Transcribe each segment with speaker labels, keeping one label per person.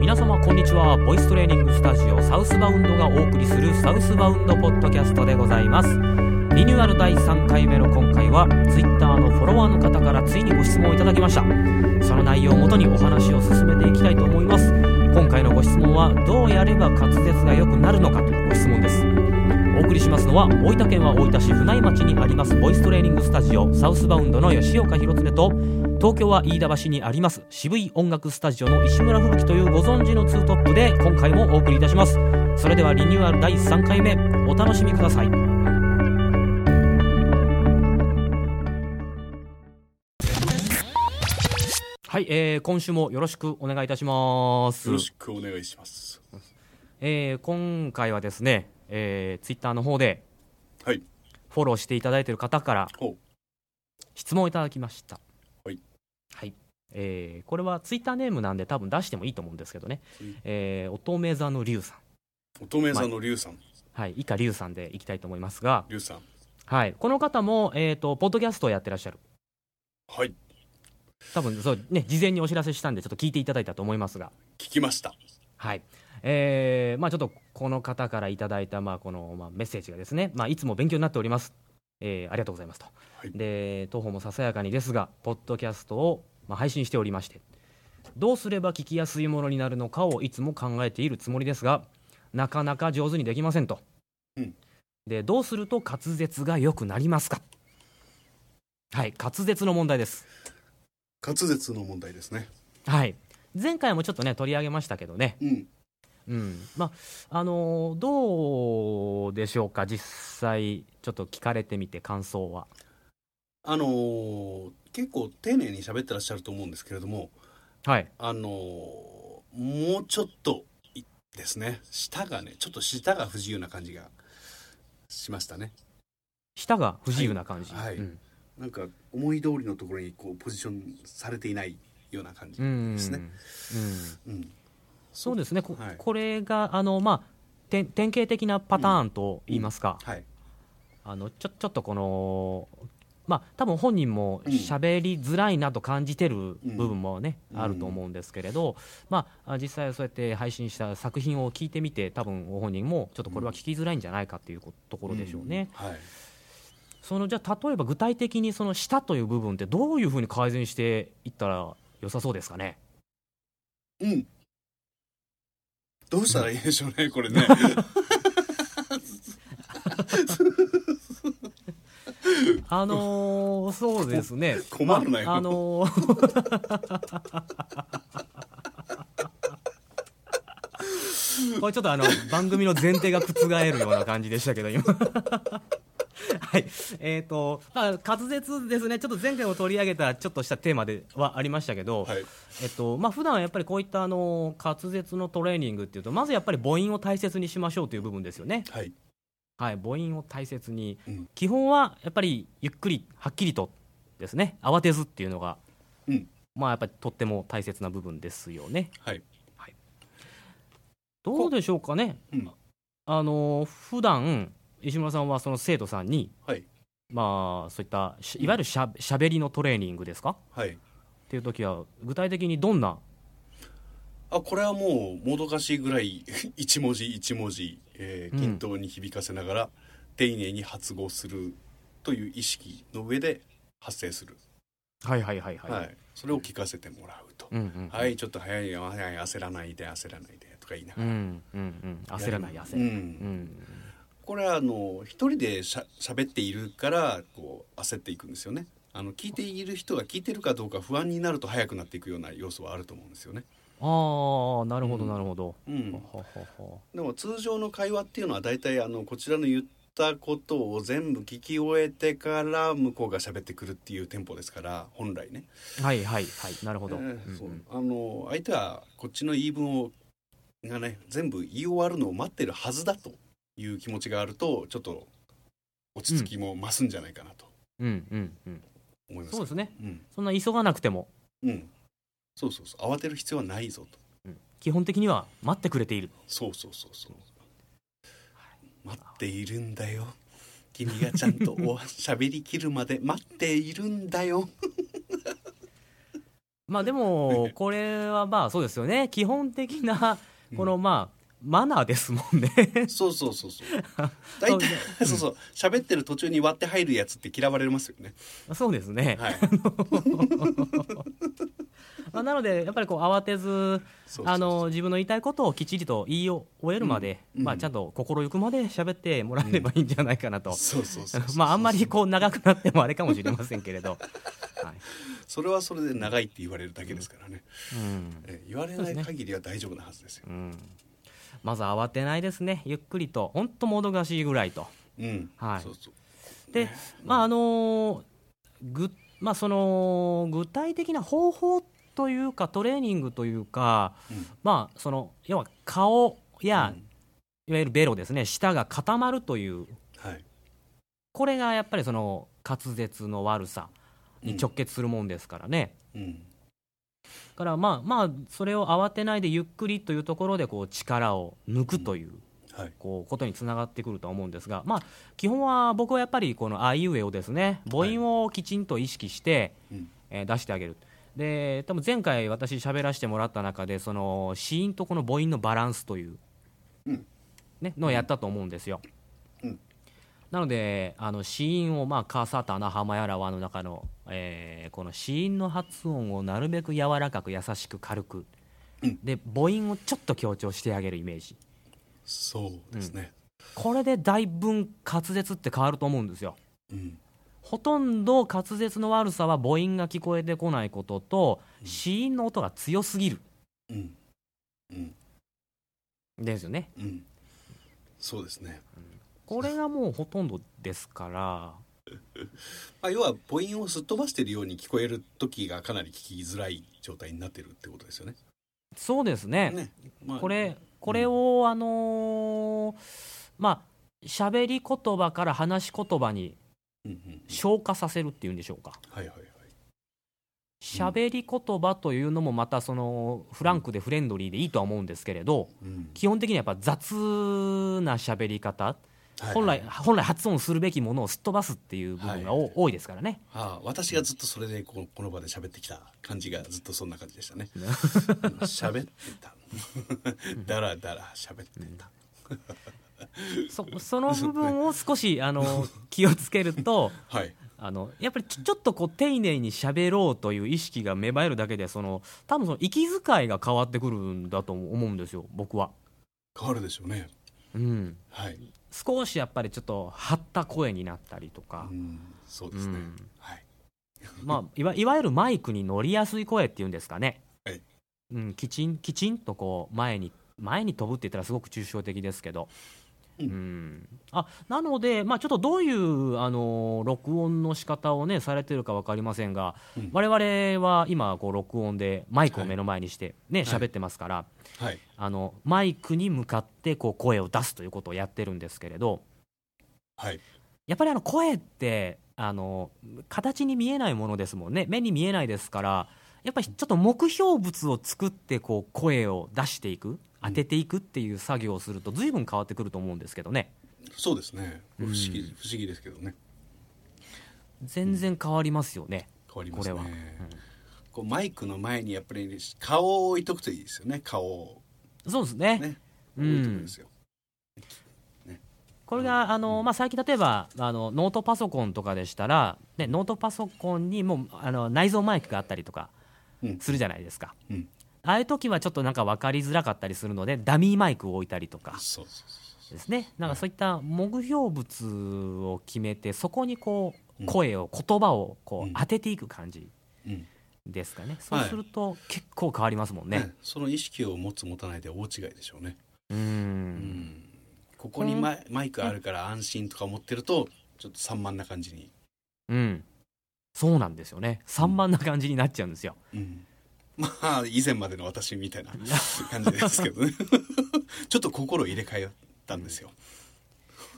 Speaker 1: 皆様こんにちはボイストレーニングスタジオサウスバウンドがお送りするサウスバウンドポッドキャストでございますリニューアル第3回目の今回は Twitter のフォロワーの方からついにご質問をいただきましたその内容をもとにお話を進めていきたいと思います今回のご質問はどうやれば滑舌が良くなるのかというご質問ですお送りしますのは大分県は大分市船井町にありますボイストレーニングスタジオサウスバウンドの吉岡弘恒と東京は飯田橋にあります渋い音楽スタジオの石村吹雪というご存知のツートップで今回もお送りいたしますそれではリニューアル第3回目お楽しみくださいはい、えー、今週もよろしくお願いいたします
Speaker 2: よろしくお願いします。
Speaker 1: えー今回はですね、えー、ツイッターの方で
Speaker 2: はい。
Speaker 1: フォローしていただいている方から
Speaker 2: ほ
Speaker 1: 質問をいただきました
Speaker 2: はい、
Speaker 1: はいえーこれはツイッターネームなんで多分出してもいいと思うんですけどね
Speaker 2: うん、
Speaker 1: えー、乙女座の龍さん、
Speaker 2: う。乙女座の龍さん、
Speaker 1: はい、以下龍さんでいきたいと思いますが、
Speaker 2: 龍さん。
Speaker 1: はい、この方も、えー、とポッドキャストをやってらっしゃる
Speaker 2: はい。聞
Speaker 1: 多分そう、ね、事前にお知らせしたんでちょっと聞いていただいたと思いますが
Speaker 2: きました。
Speaker 1: はい。えーまあちょっとこの方からいただいた、まあ、この、まあ、メッセージがですね、まあ、いつも勉強になっております。えーありがとうございますと。
Speaker 2: はい
Speaker 1: で、当方もささやかにですが、ポッドキャストを、まあ、配信しておりまして、どうすれば聞きやすいものになるのかをいつも考えているつもりですが、なかなか上手にできませんと。
Speaker 2: うん
Speaker 1: で、どうすると滑舌が良くなりますかはい、滑舌の問題です。
Speaker 2: 滑舌の問題ですね。
Speaker 1: はい。前回もちょっとね、取り上げましたけどね、
Speaker 2: うん。
Speaker 1: うん、まああのーどうでしょうか実際ちょっと聞かれてみて感想は
Speaker 2: あのー結構丁寧に喋ってらっしゃると思うんですけれども、
Speaker 1: はい
Speaker 2: あのーもうちょっといですね。舌がね、ちょっと舌が不自由な感じがしましたね。
Speaker 1: 舌が不自由な感じ、
Speaker 2: はいはい
Speaker 1: うん
Speaker 2: なんか思い通りのところにこうポジションされていないような感じ
Speaker 1: う。ん
Speaker 2: ですね
Speaker 1: うん
Speaker 2: うん。
Speaker 1: そうですねこ,、
Speaker 2: はい
Speaker 1: これがあの、まあ、て典型的なパターンと言いますか、
Speaker 2: はい。
Speaker 1: あのちょちょっとこのまあ多分本人も
Speaker 2: うん
Speaker 1: 喋りづらいなと感じてる部分もね、
Speaker 2: うん
Speaker 1: あると思うんですけれど、まああ実際そうやって配信した作品を聞いてみて多分ご本人もちょっとこれは聞きづらいんじゃないかっていうこところでしょうね、
Speaker 2: うん。はい。
Speaker 1: そのじゃあ例えば具体的にその舌という部分ってどういうふうに改善していったら良さそうですかね
Speaker 2: うん。どうしたらいいでしょうね、これ ね。
Speaker 1: あのー、そうですね
Speaker 2: 困るなよ
Speaker 1: ああのー これちょっとあの番組の前提が覆るような感じでしたけど今 はいえっ、と、まあ、滑舌ですねちょっと前回も取り上げたちょっとしたテーマではありましたけど、
Speaker 2: はい。
Speaker 1: えっとまあ普段はやっぱりこういったあの滑舌のトレーニングっていうとまずやっぱり母音を大切にしましょうという部分ですよね、
Speaker 2: はい。
Speaker 1: はい、母音を大切に、
Speaker 2: うん
Speaker 1: 基本はやっぱりゆっくりはっきりとですね慌てずっていうのが、
Speaker 2: うん
Speaker 1: まあやっぱりとっても大切な部分ですよね
Speaker 2: はい。
Speaker 1: どうでしょうかね、
Speaker 2: うん
Speaker 1: あの普段石村さんはその生徒さんに
Speaker 2: はい。
Speaker 1: まあそういったしいわゆるしゃしゃべりのトレーニングですか
Speaker 2: はい。
Speaker 1: っていう時は具体的にどんな
Speaker 2: あ、これはもう、もどかしいぐらい、一文字一文字、えー
Speaker 1: うん
Speaker 2: 均等に響かせながら、丁寧に発語するという意識の上で発声する。
Speaker 1: はいはいはいは、
Speaker 2: はいい。それを聞かせてもらうと。
Speaker 1: うんうん、
Speaker 2: はい、ちょっと早いよ、早い、焦らないで、焦らないで、とか言いな
Speaker 1: う
Speaker 2: がら。
Speaker 1: んうんうん焦らない焦
Speaker 2: う
Speaker 1: る
Speaker 2: ん
Speaker 1: うん
Speaker 2: これはあの一人でしゃ喋っているからこう焦っていくんですよねあの聞いている人が聞いてるかどうか不安になると早くなっていくような要素はあると思うんですよね、
Speaker 1: ああなるほどなるほど、
Speaker 2: うん
Speaker 1: は、はは
Speaker 2: でも通常の会話っていうのは大体あのこちらの言ったことを全部聞き終えてから向こうが喋ってくるっていうテンポですから本来ね
Speaker 1: はいはいはいなるほど、
Speaker 2: えーそう
Speaker 1: うんうん
Speaker 2: あの相手はこっちの言い分をがね全部言い終わるのを待ってるはずだという気持ちがあるとちょっと落ち着きも増すんじゃないかなと
Speaker 1: うんうんうん
Speaker 2: 思いますけど、
Speaker 1: そうですね
Speaker 2: うん
Speaker 1: そんな急がなくても
Speaker 2: うん、そうそうそう慌てる必要はないぞと
Speaker 1: 基本的には待ってくれている
Speaker 2: そうそうそうそう待っているんだよ君がちゃんと お喋りきるまで待っているんだよ
Speaker 1: まあでもこれはまあそうですよね基本的なこのまあ、マナーですもんね
Speaker 2: そうそうそう そう大体
Speaker 1: うん
Speaker 2: そうそう喋ってる途中に割って入るやつって嫌われますよね
Speaker 1: そうですね、
Speaker 2: はい
Speaker 1: まあなのでやっぱりこう慌てず
Speaker 2: そうそうそう
Speaker 1: あの自分の言いたいことをきっちりと言い終えるまで、
Speaker 2: うん
Speaker 1: まあ、
Speaker 2: うん
Speaker 1: ちゃんと心ゆくまで喋ってもらえればいいんじゃないかなと、
Speaker 2: そうそうそう
Speaker 1: まああんまりこう長くなってもあれかもしれませんけれど、はい
Speaker 2: それはそれで長いって言われるだけですからね、
Speaker 1: うん
Speaker 2: え言われない限りは大丈夫なはずですよ
Speaker 1: うん、まず慌てないですねゆっくりと本当もどかしいぐらいと。
Speaker 2: うん、
Speaker 1: はい
Speaker 2: そうそう
Speaker 1: で、まああのーぐまあ、その具体的な方法というかトレーニングというか、
Speaker 2: うん
Speaker 1: まあ、その要は顔や、
Speaker 2: うん
Speaker 1: いわゆるベロですね舌が固まるという
Speaker 2: はい
Speaker 1: これがやっぱりその滑舌の悪さに直結するもんですからね、
Speaker 2: うん
Speaker 1: だからまあまあそれを慌てないでゆっくりというところでこう力を抜くという。
Speaker 2: はい
Speaker 1: こうことにつながってくると思うんですが、まあ、基本は僕はやっぱりこのあいうえをですね母音をきちんと意識して、
Speaker 2: うん
Speaker 1: えー出してあげるで多分前回私喋らせてもらった中でその子音とこの母音のバランスという、
Speaker 2: うん
Speaker 1: ね、のをやったと思うんですよ、
Speaker 2: うん
Speaker 1: なのであの子音をまあ「かさたなはまやらわ」の中の、えーこの子音の発音をなるべく柔らかく優しく軽く、
Speaker 2: うん
Speaker 1: で母音をちょっと強調してあげるイメージ
Speaker 2: そうですね
Speaker 1: これでだいぶん滑舌って変わると思うんですよ
Speaker 2: うん
Speaker 1: ほとんど滑舌の悪さは母音が聞こえてこないことと
Speaker 2: うん
Speaker 1: 子音の音が強すぎる
Speaker 2: うんうん
Speaker 1: ですよね
Speaker 2: うんそうですね
Speaker 1: これがもうほとんどですから
Speaker 2: まあ、要は母音をすっ飛ばしているように聞こえる時がかなり聞きづらい状態になってるってことですよね。
Speaker 1: そうですね
Speaker 2: ねまあ、
Speaker 1: これこれをあのーまあ喋り言葉から話し言葉に
Speaker 2: うんうん、
Speaker 1: 昇華させるっていうんでしょうか
Speaker 2: はいはいはい。
Speaker 1: 喋り言葉というのもまたそのフランクでフレンドリーでいいとは思うんですけれど
Speaker 2: うん
Speaker 1: 基本的にはやっぱ雑な喋り方
Speaker 2: はい
Speaker 1: 本
Speaker 2: はい
Speaker 1: 来本来発音するべきものをすっ飛ばすっていう部分がお、
Speaker 2: はい
Speaker 1: 多いですからね。
Speaker 2: ああ私がずっとそれでここの場で喋ってきた感じがずっとそんな感じでしたね。うん喋ってた。だらだら喋ってた。
Speaker 1: そその部分を少しあの 気をつけると
Speaker 2: はい。
Speaker 1: あのやっぱりちょちょっとこう丁寧に喋ろうという意識が芽生えるだけでその多分その息遣いが変わってくるんだと思うんですよ僕は。
Speaker 2: 変わるでしょうね。
Speaker 1: うん、
Speaker 2: はい。
Speaker 1: 少しやっぱりちょっと張った声になったりとか
Speaker 2: う、ん、そうですね。
Speaker 1: うん
Speaker 2: はい。
Speaker 1: まあ、いわいわゆるマイクに乗りやすい声っていうんですかね、
Speaker 2: はい
Speaker 1: うん、きちんきちんとこう前に前に飛ぶって言ったらすごく抽象的ですけど、う
Speaker 2: うんん
Speaker 1: あなので、まあ、ちょっとどういう、あのー録音の仕方をねされてるか分かりませんが、
Speaker 2: うん
Speaker 1: 我々は今こう録音でマイクを目の前にしてね
Speaker 2: はい
Speaker 1: 喋、ってますから、
Speaker 2: はい。
Speaker 1: あのマイクに向かってこう声を出すということをやってるんですけれど
Speaker 2: はい。
Speaker 1: やっぱりあの声ってあの形に見えないものですもんね目に見えないですからやっぱりちょっと目標物を作ってこう声を出していく当てていくっていう作業をすると随分変わってくると思うんですけどね
Speaker 2: そうですね。不思議、
Speaker 1: うん
Speaker 2: 不思議ですけどね。
Speaker 1: 全然変わりますよね、
Speaker 2: 変わりま
Speaker 1: こ
Speaker 2: す
Speaker 1: れ
Speaker 2: ね。
Speaker 1: は、
Speaker 2: こうマイクの前にやっぱり顔を置いとくといいですよね顔を
Speaker 1: うんそうですね
Speaker 2: ね
Speaker 1: うん
Speaker 2: 置いとくんですよ、
Speaker 1: これがあの、まあ、最近例えばあのノートパソコンとかでしたら、ね、ノートパソコンにもうあの内蔵マイクがあったりとか
Speaker 2: うん
Speaker 1: するじゃないですか、
Speaker 2: うん
Speaker 1: ああいう時はちょっとなんか分かりづらかったりするのでダミーマイクを置いたりとか
Speaker 2: そうそうそう
Speaker 1: ですねなんかそういった目標物を決めてそこにこう
Speaker 2: う
Speaker 1: ん声を言葉をこ
Speaker 2: うん
Speaker 1: う当てていく感じ
Speaker 2: そう、うん
Speaker 1: ですかね、そうすると結構変わりますもんね、
Speaker 2: ねその意識を持つ持たないで大違いでしょうね、
Speaker 1: うー
Speaker 2: うんん、ここにマイマイクあるから安心とか思ってるとちょっと散漫な感じに、
Speaker 1: うんそうなんですよね散漫な感じになっちゃうんですよ、
Speaker 2: うん、まあ以前までの私みたいな 感じですけどね ちょっと心入れ替えたんですよ、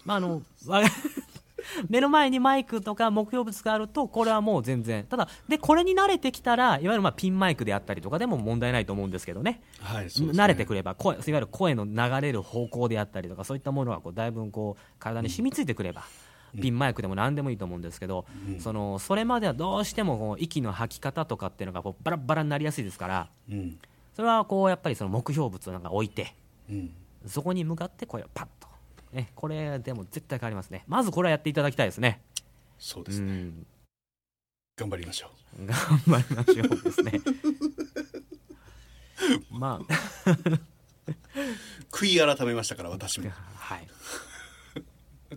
Speaker 1: まああのわ 目の前にマイクとか目標物があるとこれはもう全然ただでこれに慣れてきたらいわゆるまあピンマイクであったりとかでも問題ないと思うんですけどね
Speaker 2: はいそうですね
Speaker 1: 慣れてくれば声いわゆる声の流れる方向であったりとかそういったものがこうだいぶんこう体に染みついてくれば、
Speaker 2: うん
Speaker 1: ピンマイクでも何でもいいと思うんですけど、
Speaker 2: うん
Speaker 1: そのそれまではどうしてもこう息の吐き方とかっていうのがこうバラッバラになりやすいですから
Speaker 2: うん
Speaker 1: それはこうやっぱりその目標物をなんか置いて
Speaker 2: うん
Speaker 1: そこに向かって声をパッと、ね、これでも絶対変わりますねまずこれはやっていただきたいですね
Speaker 2: そうですね、
Speaker 1: うん
Speaker 2: 頑張りましょ
Speaker 1: 頑張りましょうです ねまあ
Speaker 2: う悔い改めましたから私も
Speaker 1: はい。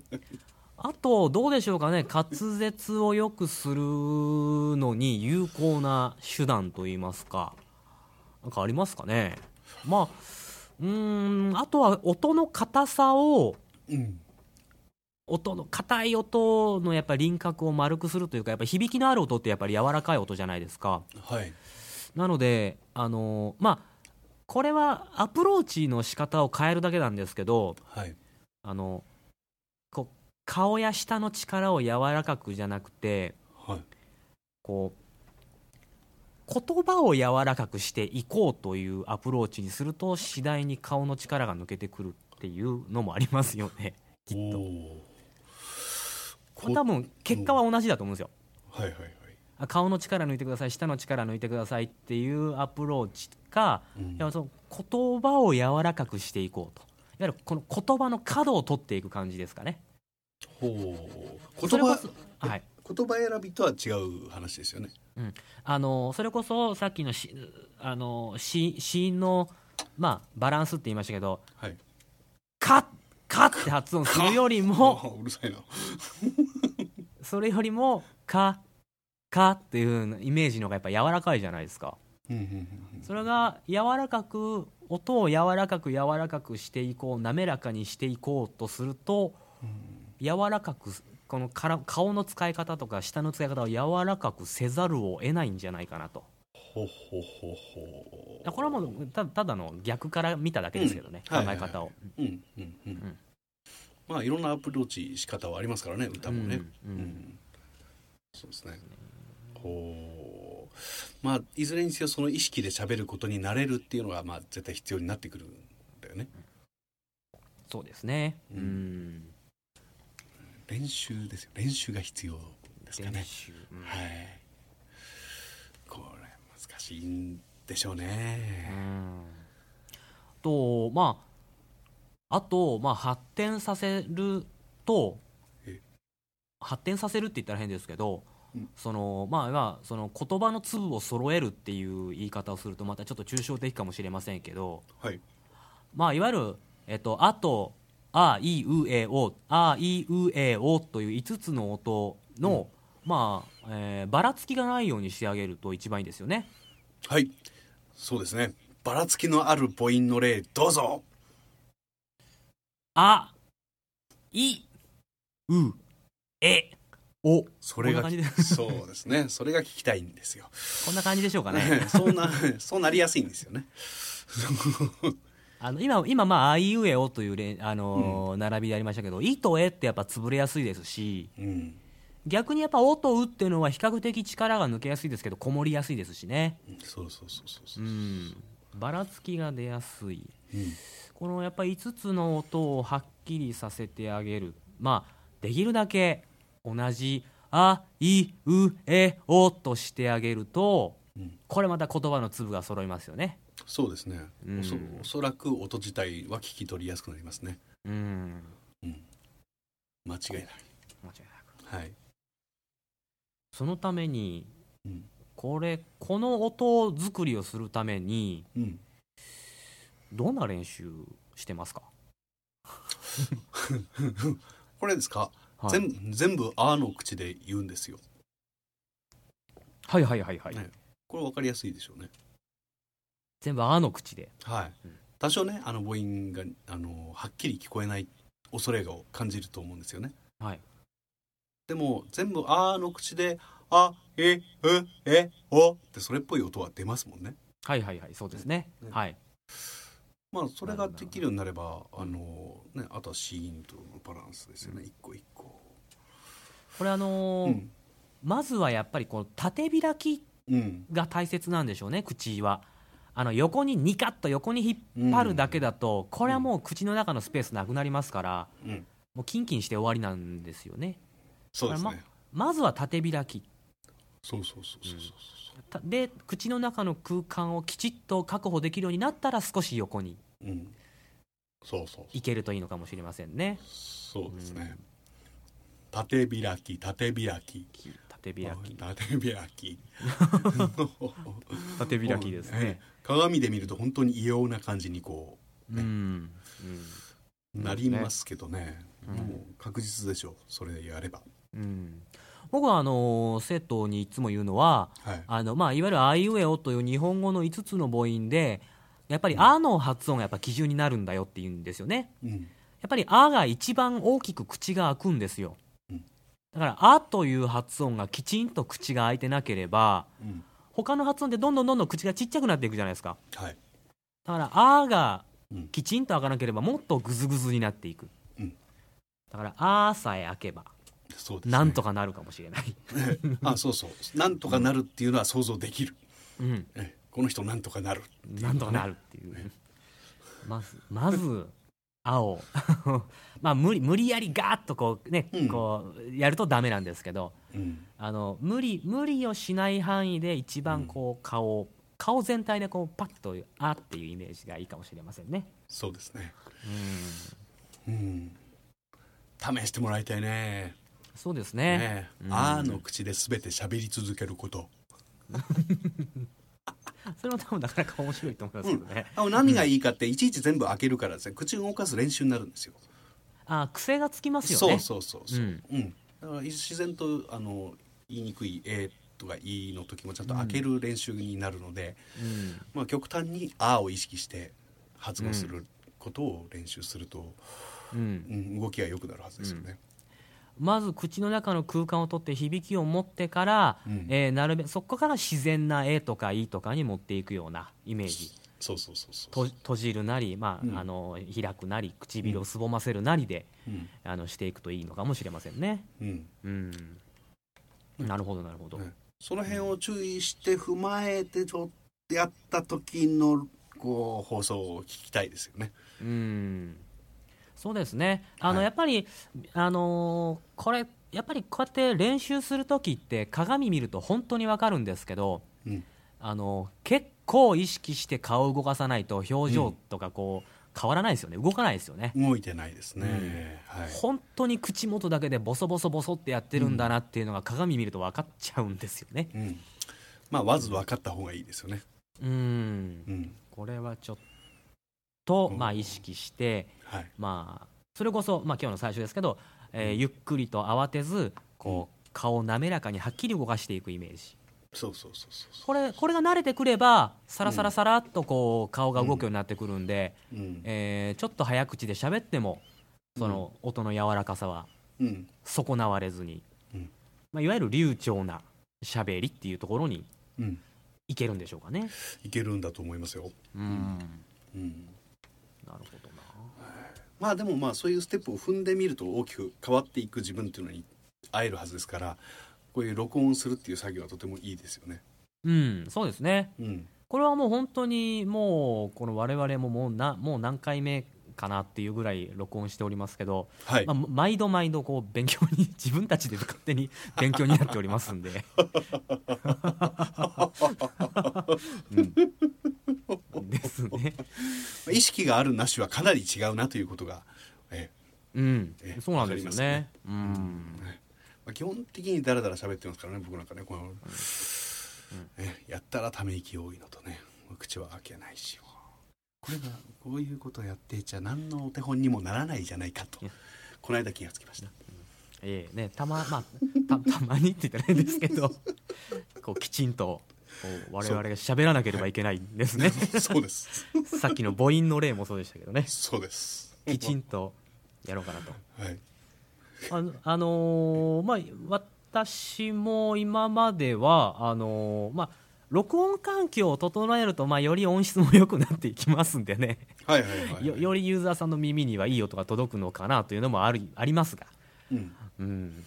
Speaker 1: あと、どうでしょうかね、滑舌を良くするのに有効な手段といいますか、なんかありますかね、まあ、うーん、あとは音の硬さを、
Speaker 2: うん
Speaker 1: 音の硬い音のやっぱり輪郭を丸くするというか、やっぱり響きのある音ってやっぱり柔らかい音じゃないですか。
Speaker 2: はい
Speaker 1: なので、あのまあ、これはアプローチの仕方を変えるだけなんですけど、
Speaker 2: はい
Speaker 1: あのこう顔や舌の力を柔らかくじゃなくて
Speaker 2: はい
Speaker 1: こう言葉を柔らかくしていこうというアプローチにすると次第に顔の力が抜けてくるっていうのもありますよねきっと
Speaker 2: おー
Speaker 1: これ多分結果は同じだと思うんですよ
Speaker 2: はいはいはい
Speaker 1: あ顔の力抜いてください舌の力抜いてくださいっていうアプローチか、
Speaker 2: うん
Speaker 1: いやその言葉を柔らかくしていこうといわゆるこの言葉の角を取っていく感じですかね
Speaker 2: ほう
Speaker 1: そ
Speaker 2: 言
Speaker 1: れこ
Speaker 2: 葉
Speaker 1: そはい
Speaker 2: 言葉選びとは違う話ですよね
Speaker 1: あのそれこそさっきのしあのし死因の、まあ、バランスって言いましたけど
Speaker 2: はい
Speaker 1: 「カッカッ」って発音するよりも
Speaker 2: あーうるさいな
Speaker 1: それよりも「カカ」っていうイメージの方がやっぱ柔らかいじゃないですか
Speaker 2: うんうんうん
Speaker 1: それが柔らかく音を柔らかく柔らかくしていこう滑らかにしていこうとすると柔らかくこのから顔の使い方とか舌の使い方を柔らかくせざるを得ないんじゃないかなと
Speaker 2: ほうほうほうほ
Speaker 1: これはもうたただの逆から見ただけですけどね、
Speaker 2: うんはい
Speaker 1: 考え
Speaker 2: はいはい
Speaker 1: 方を、
Speaker 2: ううんうんうん、
Speaker 1: ん
Speaker 2: まあいろんなアプローチ仕方はありますからね歌もね
Speaker 1: うんうん
Speaker 2: そうですねほうまあいずれにせよその意識で喋ることになれるっていうのがまあ絶対必要になってくるんだよね
Speaker 1: そうですね、う
Speaker 2: うん
Speaker 1: ん、
Speaker 2: 練習ですよ練習が必要ですか
Speaker 1: 練
Speaker 2: ね
Speaker 1: 習、
Speaker 2: はいこれ難しいんでしょう
Speaker 1: うん、
Speaker 2: ね
Speaker 1: とまああと、まあ、発展させると
Speaker 2: え
Speaker 1: 発展させるって言ったら変ですけど、
Speaker 2: うん
Speaker 1: そのまあまあその言葉の粒を揃えるっていう言い方をするとまたちょっと抽象的かもしれませんけど、
Speaker 2: はい
Speaker 1: まあ、いわゆる、えっと、あと、あ、い、う、え、お、あ、い、う、え、おという5つの音の、まあ、えーばらつきがないようにしてあげると一番いいですよね。
Speaker 2: はいそうですねばらつきのある母音の例どうぞ
Speaker 1: あ、い、う、え、お。
Speaker 2: それが
Speaker 1: こんな感じ
Speaker 2: そうですねそれが聞きたいんですよ、
Speaker 1: こんな感じでしょうか ね。
Speaker 2: そうなそうなりやすいんで すよね
Speaker 1: あの、今、今、まあ、あいうえおというれ、あのー並びでありましたけど、いとえってやっぱ潰れやすいですし、
Speaker 2: うん
Speaker 1: 逆にやっぱおとうっていうのは比較的力が抜けやすいですけど、こもりやすいですしね。
Speaker 2: そうそうそうそうそうう、
Speaker 1: ん、ばらつきが出やすい
Speaker 2: うん
Speaker 1: このやっぱり5つの音をはっきりさせてあげるまあできるだけ同じ「あいうえお」としてあげると
Speaker 2: うん
Speaker 1: これまた言葉の粒が揃いますよね
Speaker 2: そうですね、
Speaker 1: うん
Speaker 2: おそおそらく音自体は聞き取りやすくなりますね
Speaker 1: うん
Speaker 2: 間違い
Speaker 1: 間違
Speaker 2: ない
Speaker 1: いなく
Speaker 2: はい、
Speaker 1: そのために
Speaker 2: うん
Speaker 1: これこの音作りをするために
Speaker 2: うん、
Speaker 1: どんな練習してますか、
Speaker 2: これですか、
Speaker 1: はい、
Speaker 2: 全全部「あ」の口で言うんですよ
Speaker 1: はいはいはいはい、
Speaker 2: ねこれ分かりやすいでしょうね
Speaker 1: 全部「あ」の口で
Speaker 2: はい
Speaker 1: うん
Speaker 2: 多少ねあの母音があのはっきり聞こえない恐れを感じると思うんですよね
Speaker 1: はい
Speaker 2: でも全部「あ」の口で「あ」「え」「う」「え」「お」ってそれっぽい音は出ますもんね
Speaker 1: はいはいはいそうですね
Speaker 2: ね
Speaker 1: はい
Speaker 2: まあそれができるようになれば
Speaker 1: な
Speaker 2: あ
Speaker 1: る
Speaker 2: の、ね、あとはシーンとのバランスですよね、一個一個
Speaker 1: これあのー
Speaker 2: うん、
Speaker 1: まずはやっぱりこの縦開き
Speaker 2: うん
Speaker 1: が大切なんでしょうね口はあの横にニカッと横に引っ張るだけだと、これはもう口の中のスペースなくなりますから
Speaker 2: うん
Speaker 1: もうキンキンして終わりなんですよね
Speaker 2: そうです
Speaker 1: ま
Speaker 2: ね
Speaker 1: まずは縦開き
Speaker 2: そうそうそうそうそうそう
Speaker 1: たで口の中の空間をきちっと確保できるようになったら少し横に
Speaker 2: うんそうそう
Speaker 1: 行けるといいのかもしれませんね
Speaker 2: そうですね、縦開き縦開き
Speaker 1: 縦開き
Speaker 2: 縦開き
Speaker 1: 縦開きですね
Speaker 2: 鏡で見ると本当に異様な感じにこ
Speaker 1: うん、うん
Speaker 2: うなりますけどね
Speaker 1: うん
Speaker 2: もう確実でしょうそれやれば
Speaker 1: うん、僕はあの生徒にいつも言うのは
Speaker 2: はい
Speaker 1: あの、まあ、いわゆる「あいうえお」という日本語の5つの母音でやっぱり「あ」の発音がやっぱ基準になるんだよって言うんですよね
Speaker 2: うん
Speaker 1: やっぱり「あ」が一番大きく口が開くんですよ
Speaker 2: うん
Speaker 1: だから「あ」という発音がきちんと口が開いてなければ
Speaker 2: うん
Speaker 1: 他の発音ってどんどんどんどん口がちっちゃくなっていくじゃないですか
Speaker 2: はい
Speaker 1: だから「あ」が
Speaker 2: うん
Speaker 1: きちんと開かなければもっとグズグズになっていく、
Speaker 2: うん
Speaker 1: だから「あ」さえ開けば
Speaker 2: そうですね
Speaker 1: なんとかなるかもしれない、
Speaker 2: あそうそうなんとかなるっていうのは想像できる
Speaker 1: うん、
Speaker 2: えこの人なんとかなる
Speaker 1: なんとかなるっていう。まず、まず、青。 まあ、無理、無理やりガーッとこうね、
Speaker 2: うん
Speaker 1: こう、やるとダメなんですけど、
Speaker 2: うん
Speaker 1: あの、無理、無理をしない範囲で一番こう、顔を、顔全体でこう、パッと、あっていうイメージがいいかもしれませんね。
Speaker 2: そうですね
Speaker 1: うん。
Speaker 2: うん試してもらいたいね
Speaker 1: そうです
Speaker 2: ね
Speaker 1: ね。
Speaker 2: え
Speaker 1: うん
Speaker 2: あーの口で全て喋り続けること
Speaker 1: それも多分なかなか面白いと思いますけどね。
Speaker 2: あ何がいいかっていちいち全部開けるからですね口を動かす練習になるんですよ
Speaker 1: あ、癖がつきますよ
Speaker 2: そう
Speaker 1: ね。
Speaker 2: そうそうそう、う
Speaker 1: うんん
Speaker 2: だから自然とあの言いにくい「え」とか「い」の時もちゃんと開ける練習になるので、
Speaker 1: うん
Speaker 2: まあ、極端に「あ」を意識して発音することを練習すると、
Speaker 1: うん
Speaker 2: う。ん動きが良くなるはずですよね。
Speaker 1: まず口の中の空間を取って響きを持ってから、
Speaker 2: うん
Speaker 1: えーなるべそこから自然な「え」とか「い」とかに持っていくようなイメージ
Speaker 2: そうそうそうそ
Speaker 1: と
Speaker 2: う、
Speaker 1: 閉じるなり、まあ
Speaker 2: うん
Speaker 1: あの開くなり唇をすぼませるなりで、
Speaker 2: うん
Speaker 1: あのしていくといいのかもしれませんね。
Speaker 2: うん
Speaker 1: うんなるほどなるほど、
Speaker 2: ねその辺を注意して踏まえてちょっとやった時のこう放送を聞きたいですよね。
Speaker 1: うんそうですねあの、
Speaker 2: はい
Speaker 1: やっぱり、あのーこれやっぱりこうやって練習する時って鏡見ると本当にわかるんですけど、
Speaker 2: うん
Speaker 1: あの結構意識して顔を動かさないと表情とかこう変わらないですよね、動かないですよね、
Speaker 2: 動いてないですね。はい。
Speaker 1: 本当に口元だけでボソボソボソってやってるんだなっていうのが鏡見ると分かっちゃうんですよね
Speaker 2: うん。まあまず分かった方がいいですよね。
Speaker 1: うん
Speaker 2: うん。
Speaker 1: これはちょっと、
Speaker 2: うん
Speaker 1: まあ、意識して、
Speaker 2: はい。
Speaker 1: まあ、それこそ、まあ今日の最初ですけど、えーゆっくりと慌てずこう顔を滑らかにはっきり動かしていくイメージ
Speaker 2: そうそうそうそうそ
Speaker 1: これこれが慣れてくればさらさらさらっとこう顔が動くようになってくるんで、
Speaker 2: う。うん。
Speaker 1: えーちょっと早口で喋ってもその音の柔らかさは
Speaker 2: うん。
Speaker 1: 損なわれずに、
Speaker 2: うん
Speaker 1: まあ、いわゆる流暢な喋りっていうところに
Speaker 2: うん。
Speaker 1: いけるんでしょうかね。
Speaker 2: いけるんだと思いますよ。
Speaker 1: うん
Speaker 2: う
Speaker 1: な
Speaker 2: ん。
Speaker 1: るほどな
Speaker 2: まあでもまあそういうステップを踏んでみると大きく変わっていく自分っていうのに会えるはずですから、こういう録音するっていう作業はとてもいいですよね。
Speaker 1: うん、そうですね
Speaker 2: うん。
Speaker 1: これはもう本当にもうこの我々ももうなもう何回目かなっていうぐらい録音しておりますけど、
Speaker 2: はい。
Speaker 1: まあ、毎度毎度こう勉強に 自分たちで勝手に勉強になっておりますんで、うん、ですね。
Speaker 2: 意識があるなしはかなり違うなということが、え
Speaker 1: うん
Speaker 2: え、
Speaker 1: そうなんですよね。うん、
Speaker 2: まあ、基本的にダラダラ喋ってますからね僕なんかねこの、えやったらため息多いのとね口は開けないしこれがこういうことやっていちゃ何のお手本にもならないじゃないかと
Speaker 1: いや
Speaker 2: この間気がつきました
Speaker 1: ええね、たま、まあ、た、 たまにって言ったら変ですけ ど。こうきちんと、こう我々が喋らなければいけないんですね。
Speaker 2: そうです
Speaker 1: さっきの母音の例もそうでしたけどね、
Speaker 2: そうです
Speaker 1: きちんとやろうかなと。
Speaker 2: はい
Speaker 1: あの、あのーまあ、私も今までは、あのーまあ。録音環境を整えると、まあ、より音質も良くなっていきますんでね。
Speaker 2: はいはいはい
Speaker 1: よよりユーザーさんの耳にはいい音が届くのかなというのもあるありますが、
Speaker 2: うん
Speaker 1: うん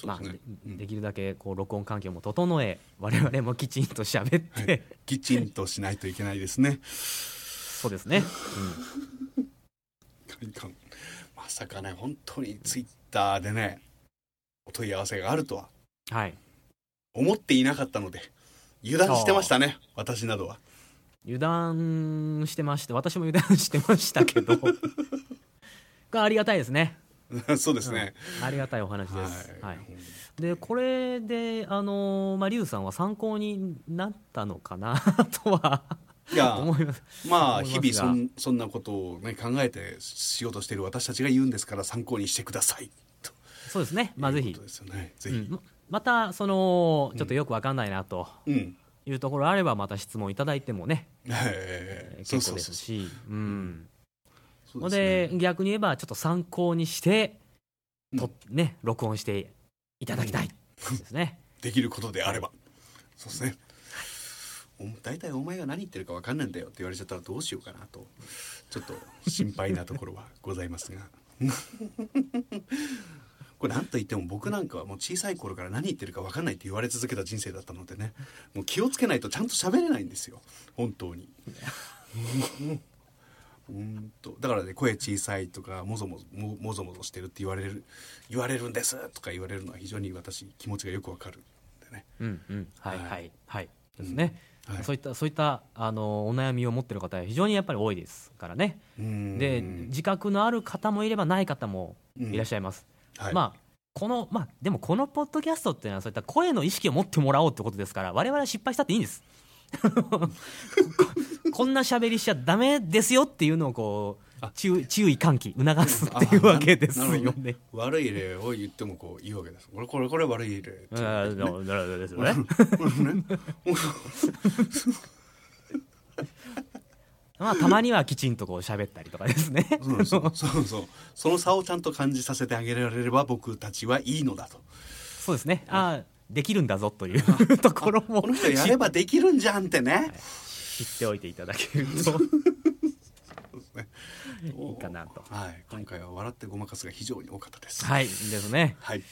Speaker 2: そ
Speaker 1: まあ
Speaker 2: うです
Speaker 1: で
Speaker 2: ね、うん
Speaker 1: できるだけこう録音環境も整え 我々もきちんと喋って、
Speaker 2: はいきちんとしないといけないですね
Speaker 1: そうです ね、
Speaker 2: いかんまさかね本当にツイッターでねお問い合わせがあるとは
Speaker 1: はい
Speaker 2: 思っていなかったので油断してましたね私などは
Speaker 1: 油断してまして私も油断してましたけ どがありがたいですね
Speaker 2: そうですね、
Speaker 1: ありがたいお話です、
Speaker 2: は
Speaker 1: はいい、でこれであのまあ、リュウさんは参考になったのかな とはい
Speaker 2: や
Speaker 1: 思います
Speaker 2: まあ
Speaker 1: 思い
Speaker 2: 日
Speaker 1: ますが
Speaker 2: 々そんそんなことを、ね、考えてしようとしている私たちが言うんですから参考にしてくださいと
Speaker 1: そうですねまあぜ
Speaker 2: いう
Speaker 1: ひ
Speaker 2: ことですよねぜ
Speaker 1: う
Speaker 2: ひ、
Speaker 1: んままたそのちょっとよくわかんないなと
Speaker 2: うん
Speaker 1: いうところあればまた質問いただいてもね、
Speaker 2: え
Speaker 1: え
Speaker 2: え
Speaker 1: ー
Speaker 2: そ
Speaker 1: 結構
Speaker 2: うそう
Speaker 1: です
Speaker 2: そう
Speaker 1: しうん
Speaker 2: そう
Speaker 1: の
Speaker 2: です
Speaker 1: で
Speaker 2: ね
Speaker 1: 逆に言えばちょっと参考にして
Speaker 2: うん
Speaker 1: と、ね録音していただきたいですね、
Speaker 2: できることであればそうですねお大体お前が何言ってるか分かんないんだよって言われちゃったらどうしようかなとちょっと心配なところはございますが これ何と言っても僕なんかはもう小さい頃から何言ってるか分かんないって言われ続けた人生だったのでねもう気をつけないとちゃんと喋れないんですよ本当に。うんとだからね声小さいとかもぞもぞももぞもぞしてるって言われる言われるんですとか言われるのは非常に私気持ちがよくわかるんでね
Speaker 1: うんうんはいはい
Speaker 2: は
Speaker 1: はい、ですね、
Speaker 2: うんはい
Speaker 1: そういったそういったあのお悩みを持ってる方は非常にやっぱり多いですからね
Speaker 2: うん
Speaker 1: で自覚のある方もいればない方もいらっしゃいます、
Speaker 2: はい
Speaker 1: まあこのまあでもこのポッドキャストっていうのはそういった声の意識を持ってもらおうってことですから我々は失敗したっていいんです ここんな喋りしちゃダメですよっていうのをこう注意注意喚起促すっていうわけですよ
Speaker 2: あななるほど
Speaker 1: ね。
Speaker 2: 悪い例を言ってもこういいわけですこれこれこれ悪い例っていう
Speaker 1: あ
Speaker 2: わ
Speaker 1: ー
Speaker 2: け
Speaker 1: な
Speaker 2: ね
Speaker 1: るほどですよね まあたまにはきちんとこう喋ったりとかですね。
Speaker 2: そうそう そうそうその差をちゃんと感じさせてあげられれば僕たちはいいのだと
Speaker 1: そうですね。ああできるんだぞという ところも
Speaker 2: この人やればできるんじゃんって ね
Speaker 1: 知っておいていただけるといいかなと。
Speaker 2: はい今回は笑ってごまかすが非常に多かったです
Speaker 1: はいですね。
Speaker 2: はい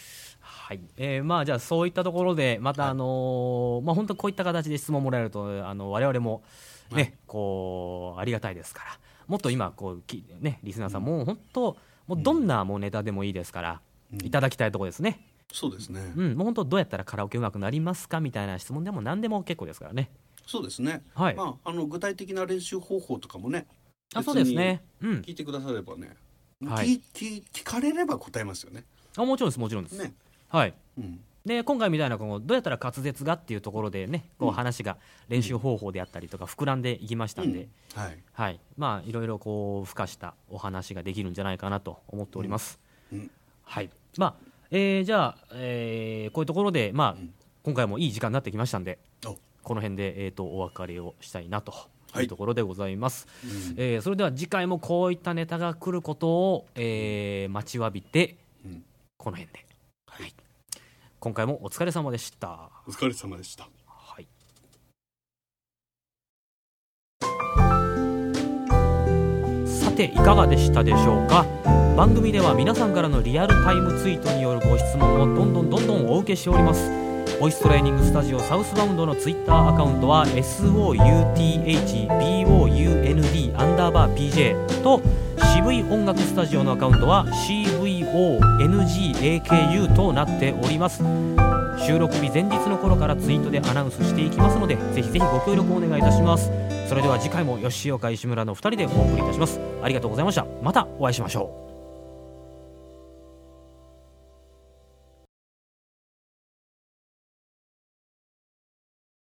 Speaker 1: はい。えーまあじゃあそういったところでまた
Speaker 2: はい
Speaker 1: あのーまあ本当こういった形で質問もらえるとあの我々もね、
Speaker 2: はい
Speaker 1: こうありがたいですから。もっと今こうきねリスナーさんもう本当もうどんなもうネタでもいいですから、
Speaker 2: うん
Speaker 1: いただきたいところですね。
Speaker 2: そうですね
Speaker 1: うん、もう本当どうやったらカラオケうまくなりますかみたいな質問でも何でも結構ですからね。
Speaker 2: そうですね
Speaker 1: はい。
Speaker 2: まああの具体的な練習方法とかもね
Speaker 1: あ、そうですね。うん
Speaker 2: 別。に聞いてくださればね
Speaker 1: はい
Speaker 2: 聞聞聞かれれば答えますよね
Speaker 1: あ、もちろんです、もちろんです。
Speaker 2: ね
Speaker 1: はい。
Speaker 2: うん
Speaker 1: で、今回みたいな、このどうやったら滑舌がっていうところでね、こう話が練習方法であったりとか、膨らんでいきましたんで、
Speaker 2: うんはい
Speaker 1: はい。まあ、いろいろこう、付加したお話ができるんじゃないかなと思っております。
Speaker 2: うんうん
Speaker 1: はい。まあ、えーじゃあ、えーこういうところで、まあ、
Speaker 2: うん
Speaker 1: 今回もいい時間になってきましたんで、
Speaker 2: お
Speaker 1: この辺で、えー、とお別れをしたいなと。
Speaker 2: はい
Speaker 1: いうところでございます、
Speaker 2: うん
Speaker 1: えーそれでは次回もこういったネタが来ることを、えー待ちわびて
Speaker 2: うん
Speaker 1: この辺で、
Speaker 2: はい
Speaker 1: はい、今回もお疲れ様でした、
Speaker 2: お疲れ様でした
Speaker 1: はい、さていかがでしたでしょうか番組では皆さんからのリアルタイムツイートによるご質問をどんどんどんどんお受けしておりますボイストレーニングスタジオサウスバウンドのツイッターアカウントは SOUTHBOUND アンダーバー PJ と渋い音楽スタジオのアカウントは CVONGAKU となっております収録日前日の頃からツイートでアナウンスしていきますのでぜひぜひご協力をお願いいたしますそれでは次回も吉岡石村の2人でお送りいたしますありがとうございましたまたお会いしましょう